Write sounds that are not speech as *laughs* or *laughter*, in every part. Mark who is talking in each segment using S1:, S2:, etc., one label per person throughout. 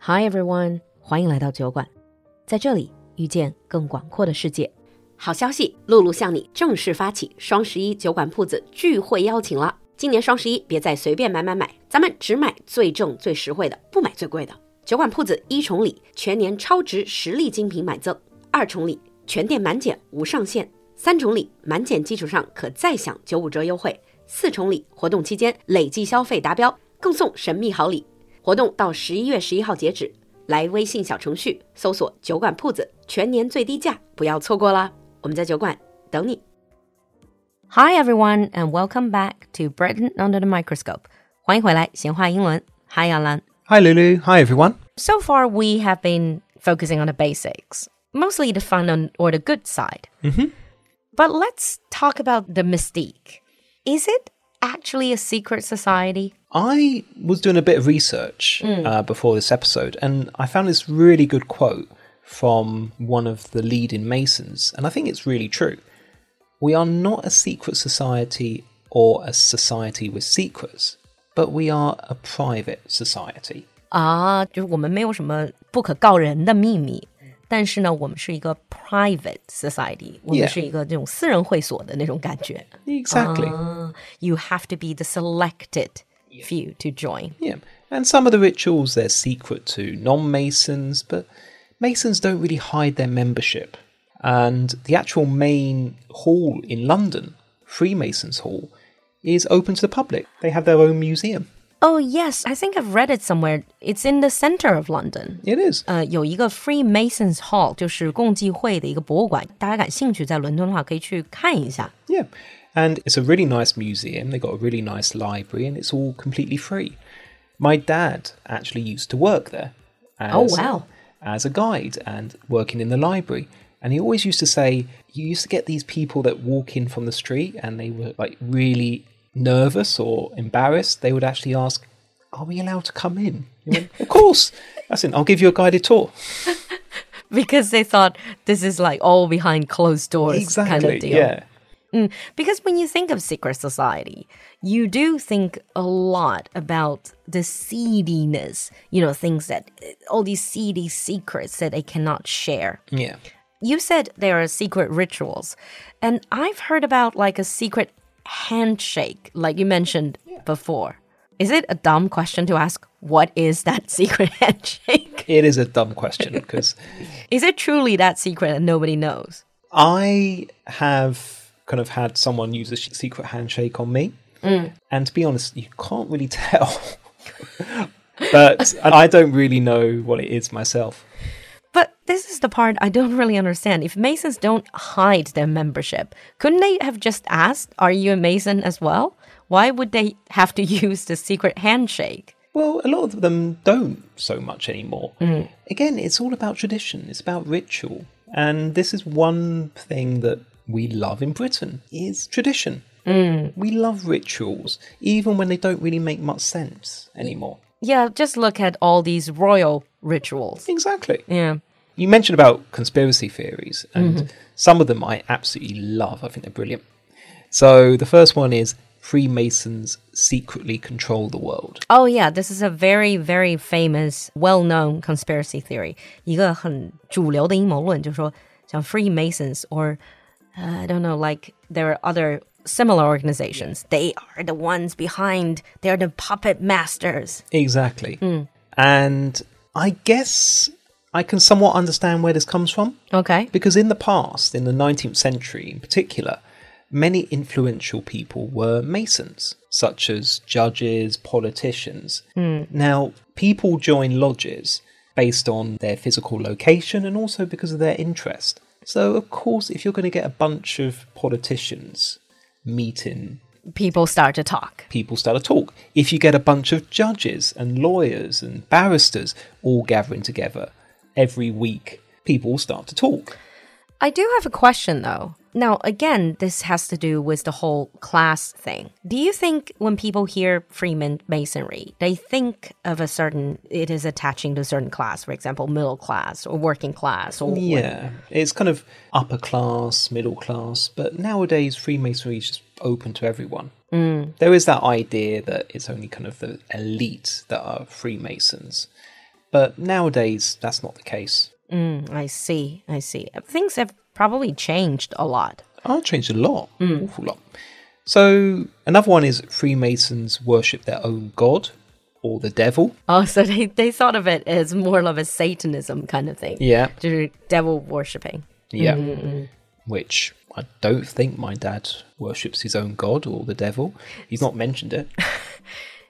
S1: Hi everyone，欢迎来到酒馆，在这里遇见更广阔的世界。
S2: 好消息，露露向你正式发起双十一酒馆铺子聚会邀请了。今年双十一别再随便买买买，咱们只买最正最实惠的，不买最贵的。酒馆铺子一重礼全年超值实力精品买赠，二重礼全店满减无上限，三重礼满减基础上可再享九五折优惠，四重礼活动期间累计消费达标更送神秘好礼。活动到十一月十一号截止，来微信小程序搜索“酒馆铺子”，全年最低价，不要错过啦！我们在酒馆等你。
S1: Hi everyone and welcome back to Britain under the microscope，欢迎回来，闲话英文。Hi Alan。
S3: Hi, Lulu. Hi, everyone.
S1: So far, we have been focusing on the basics, mostly the fun on, or the good side. But let's talk about the mystique. Is it actually a secret society?
S3: I was doing a bit of research uh, before this episode, and I found this really good quote from one of the leading Masons, and I think it's really true. We are not a secret society or a society with secrets, but we are a private society.
S1: 啊，就是我们没有什么不可告人的秘密，但是呢，我们是一个 private society，我们
S3: Yeah.
S1: 是一个这种私人会所的那种感觉。
S3: Exactly.
S1: 啊 you have to be the selected few to join.
S3: Yeah. And some of the rituals, they're secret to non Masons, but Masons don't really hide their membership. And the actual main hall in London, Freemasons Hall, is open to the public. They have their own museum.
S1: Oh yes, I think I've read it somewhere. It's in the center of London.
S3: It is.
S1: 呃，有一个 Freemasons Hall，就是共济会的一个博物馆，大家感兴趣在伦敦的话可以去看一下。
S3: Yeah. And it's a really nice museum. They've got a really nice library and it's all completely free. My dad actually used to work there.
S1: Oh,
S3: as-
S1: wow.
S3: As a guide and working in the library. And he always used to say, you used to get these people that walk in from the street and they were like really nervous or embarrassed. They would actually ask, Are we allowed to come in? He went, of course. That's it. I'll give you a guided tour.
S1: Because they thought this is like all behind closed doors kind
S3: Exactly.
S1: of deal.
S3: yeah.
S1: Because when you think of secret society, you do think a lot about the seediness, you know, things that all these seedy secrets that they cannot share.
S3: Yeah.
S1: You said there are secret rituals, and I've heard about like a secret handshake, like you mentioned before. Is it a dumb question to ask, what is that *laughs* secret handshake?
S3: It is a dumb question because.
S1: Is it truly that secret and nobody knows?
S3: I have kind of had someone use a sh- secret handshake on me. And to be honest, you can't really tell. *laughs* but and I don't really know what it is myself.
S1: But this is the part I don't really understand. If Masons don't hide their membership, couldn't they have just asked, Are you a Mason as well? Why would they have to *laughs* use the secret handshake?
S3: Well, a lot of them don't so much anymore. Again, it's all about tradition, it's about ritual. And this is one thing that we love in Britain is tradition. We love rituals, even when they don't really make much sense anymore.
S1: Yeah, just look at all these royal rituals.
S3: Exactly.
S1: Yeah.
S3: You mentioned about conspiracy theories, and some of them I absolutely love. I think they're brilliant. So the first one is Freemasons secretly control the world.
S1: Oh yeah, this is a very very famous, well-known conspiracy theory. 一个很主流的阴谋论，就是说像 Freemasons or uh, I don't know, like there are other similar organizations. They are the ones behind. They are the puppet masters.
S3: Exactly. And I guess I can somewhat understand where this comes from.
S1: Okay.
S3: Because in the past, in the 19th century in particular, many influential people were Masons, such as judges, politicians. Now, people join lodges based on their physical location and also because of their interest. So, of course, if you're going to get a bunch of politicians meeting,
S1: People start to talk.
S3: people start to talk. If you get a bunch of judges and lawyers and barristers all gathering together every week, people start to talk.
S1: I do have a question though. Now, again, this has to do with the whole class thing. Do you think when people hear Freemasonry, they think of a certain, it is attaching to a certain class, for example, middle class or working class or.
S3: Yeah, it's kind of upper class, middle class, but nowadays Freemasonry is just open to everyone. Mm. There is that idea that it's only kind of the elite that are Freemasons, But nowadays, that's not the case.
S1: Mm, I see. I see. Things have probably changed a lot. *laughs*
S3: I changed a lot, awful lot. So another one is Freemasons worship their own god or the devil.
S1: Oh, so they, they thought of it as more of a Satanism kind of thing.
S3: Yeah, Mm-hmm.
S1: They're Devil worshipping.
S3: yeah. Which I don't think my dad worships his own god or the devil. He's not mentioned it.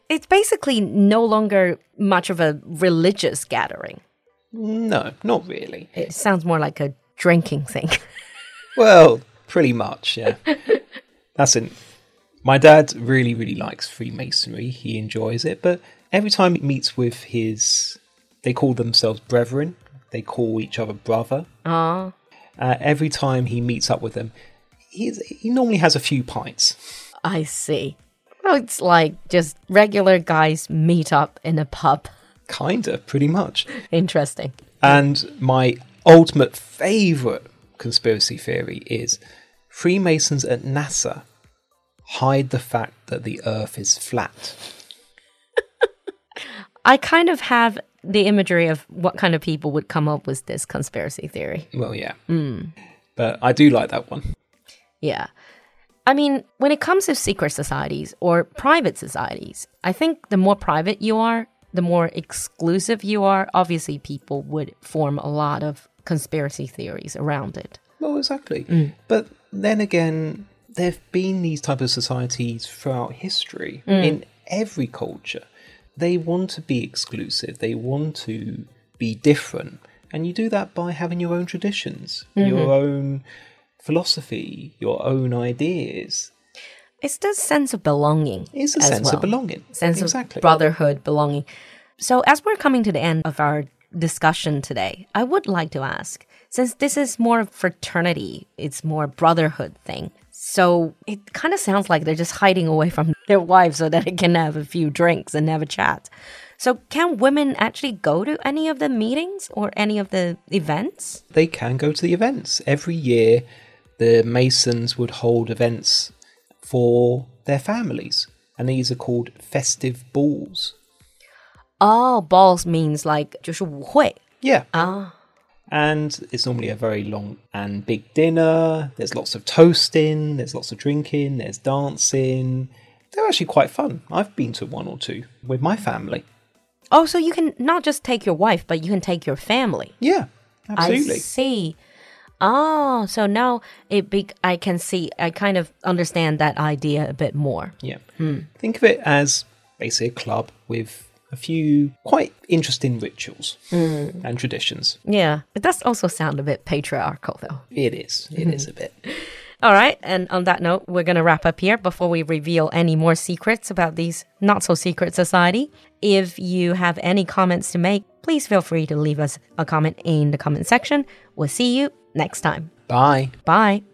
S1: It's basically no longer much of a religious gathering.
S3: No, not really.
S1: It sounds more like a drinking thing. *laughs*
S3: Well, pretty much, yeah. That's it. My dad really, really likes Freemasonry. He enjoys it, but every time he meets with his, they call themselves brethren. They call each other brother.
S1: oh,
S3: Uh, every time he meets up with them, he's, he normally has a few pints.
S1: I see. Well, it's like just regular guys meet up in a pub. *laughs*
S3: Kinda, pretty much.
S1: Interesting.
S3: And my ultimate favorite conspiracy theory is Freemasons at NASA hide the fact that the Earth is flat.
S1: I kind of have the imagery of what kind of people would come up with this conspiracy theory.
S3: Well, yeah. But I do like that one.
S1: Yeah. I mean, when it comes to secret societies or private societies, I think the more private you are, the more exclusive you are, obviously people would form a lot of conspiracy theories around it.
S3: Well, exactly.
S1: Mm.
S3: But then again, there have been these type of societies throughout history
S1: Mm.
S3: in every culture. They want to be exclusive. They want to be different, and you do that by having your own traditions,
S1: Mm-hmm.
S3: your own philosophy, your own ideas.
S1: It's this sense of belonging.
S3: It's a
S1: as
S3: sense
S1: well.
S3: of belonging.
S1: sense
S3: exactly.
S1: of brotherhood, belonging. So, as we're coming to the end of our discussion today, I would like to ask since this is more of fraternity, it's more brotherhood thing. So, it kind of sounds like they're just hiding away from *laughs* their wives so that they can have a few drinks and have a chat. So, can women actually go to any of the meetings or any of the events?
S3: they can go to the events. Every year, the Masons would hold events for their families, and these are called festive balls.
S1: Oh, balls means like 就是舞会.
S3: Yeah. Ah. And it's normally a very long and big dinner. There's lots of toasting, there's lots of drinking, there's dancing. They're actually quite fun. I've been to one or two with my family.
S1: Oh, so you can not just take your wife, but you can take your family.
S3: Yeah, absolutely.
S1: I see. Oh, so now it be I can see I kind of understand that idea a bit more.
S3: Yeah. Think of it as basically a club with a few quite interesting rituals and traditions.
S1: Yeah, but that's also sound a bit patriarchal though.
S3: It is. It is a bit.
S1: All right, and on that note, we're going to wrap up here before we reveal any more secrets about these not so secret society. If you have any comments to make, please feel free to leave us a comment in the comment section. We'll see you next time.
S3: Bye.
S1: Bye.